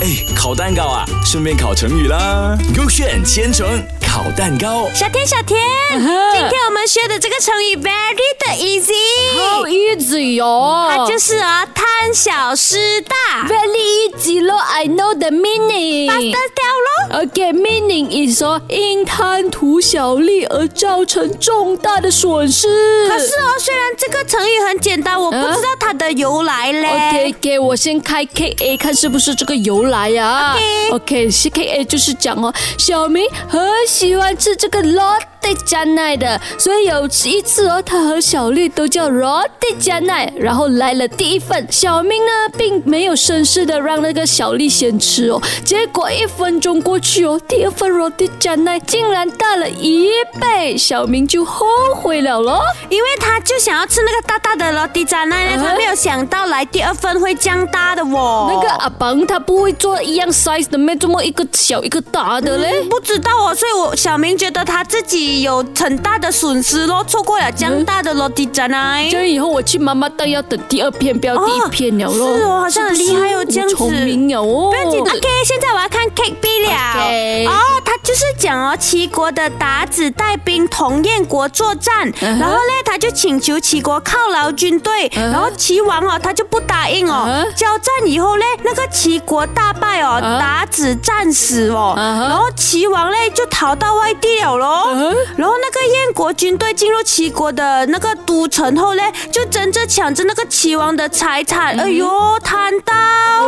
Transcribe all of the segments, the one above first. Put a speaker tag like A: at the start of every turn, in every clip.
A: 哎，烤蛋糕啊，顺便烤成语啦。勾选千层烤蛋糕，
B: 小天，小天，
C: 嗯
B: 今天我们学的这个成语 very 的 easy，
C: 好 easy 哦，
B: 它就是啊贪小失大
C: very easy 咯，I know the meaning。
B: ，faster tell 咯。
C: Okay, meaning is 说因贪图小利而造成重大的损失。
B: 可是哦，虽然这个成语很简单，我不
C: 嗯
B: 知道它的由来嘞。
C: OK，给我先开 KA 看是不是这个由来呀、OK，是 KA 就是讲哦，小明很喜欢吃这个 Lotte 加奈的，所以有一次哦，他和小绿都叫 Lotte 加奈，然后来了第一份，小明呢并没有绅士的让那个小丽先吃哦，结果一分钟过去哦，第二份 Lotte 加奈竟然大了一倍，小明就后悔了咯。
B: 因为他就想要吃那个大大的罗迪扎奈呢，
C: 嗯
B: 他没有想到来第二份会这样大的哦。
C: 那个阿邦他不会做一样 size 的咩？这么一个小一个大的嘞？
B: 不知道哦，所以我小明觉得他自己有很大的损失咯，错过了这
C: 嗯
B: 样大的罗迪扎奈。
C: 所以以后我去妈妈档要等第二篇，不要第一篇了咯。
B: 哦是哦好像很厉害哦
C: 是不是
B: 这样子
C: 我聪明了哦。
B: 不要紧，OK，现在我要看 Cake B 了。
C: OK
B: 哦，他就是讲哦，齐国的达子带兵同燕国作战
C: 嗯哼
B: 然后呢，他就请求齐国犒劳军队
C: 嗯哼
B: 然后齐王哦，他就不答应哦。
C: 嗯哼
B: 交战以后呢，那个齐国大败哦
C: 嗯
B: 达子战死哦
C: 嗯哼
B: 然后齐王呢就逃到外地了咯。
C: 嗯哼
B: 然后那个燕国军队进入齐国的那个都城后呢，就争着抢着那个齐王的财
C: 嗯
B: 产，哎呦，贪到。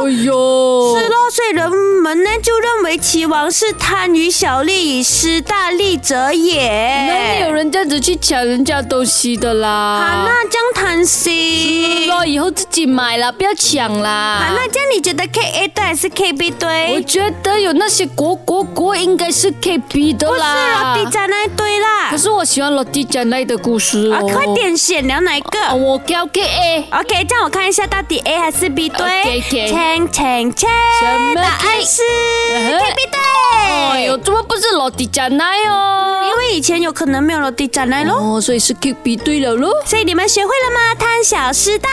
C: 哎呦，
B: 是咯，所以人们呢就认为齐王是贪于小利以失大利者也。
C: 哪里有人这样子去抢人家东西的啦？
B: 啊，那这样贪心。
C: 咯，以后自己买啦，不要抢啦。
B: 啊，那这样你觉得 K A 对还是 K B
C: 我
B: 对？
C: 觉得有那些国国国应该是 KB 的
B: 不是
C: 啦。
B: 啊，地站那一堆啦
C: 可。是我喜欢罗蒂加奈的故事哦。
B: 啊，快点选聊哪一个
C: 啊！我哎交给 A。
B: ？OK，这样我看一下到底 A 还是 B 对？
C: OK，OK
B: 请请请，
C: 什么
B: 答案是
C: 嗯哼
B: K B
C: 哎呦，
B: 对。
C: 怎么不是罗蒂加奈
B: 因
C: 哦？
B: 为以前有可能没有了地站来咯，
C: 哦，所以是 KB 对了喽。
B: 所以你们学会了吗？贪小失大。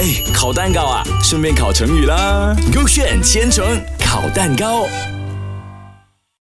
A: 哎，烤蛋糕啊，顺便烤成语啦。勾选千层烤蛋糕。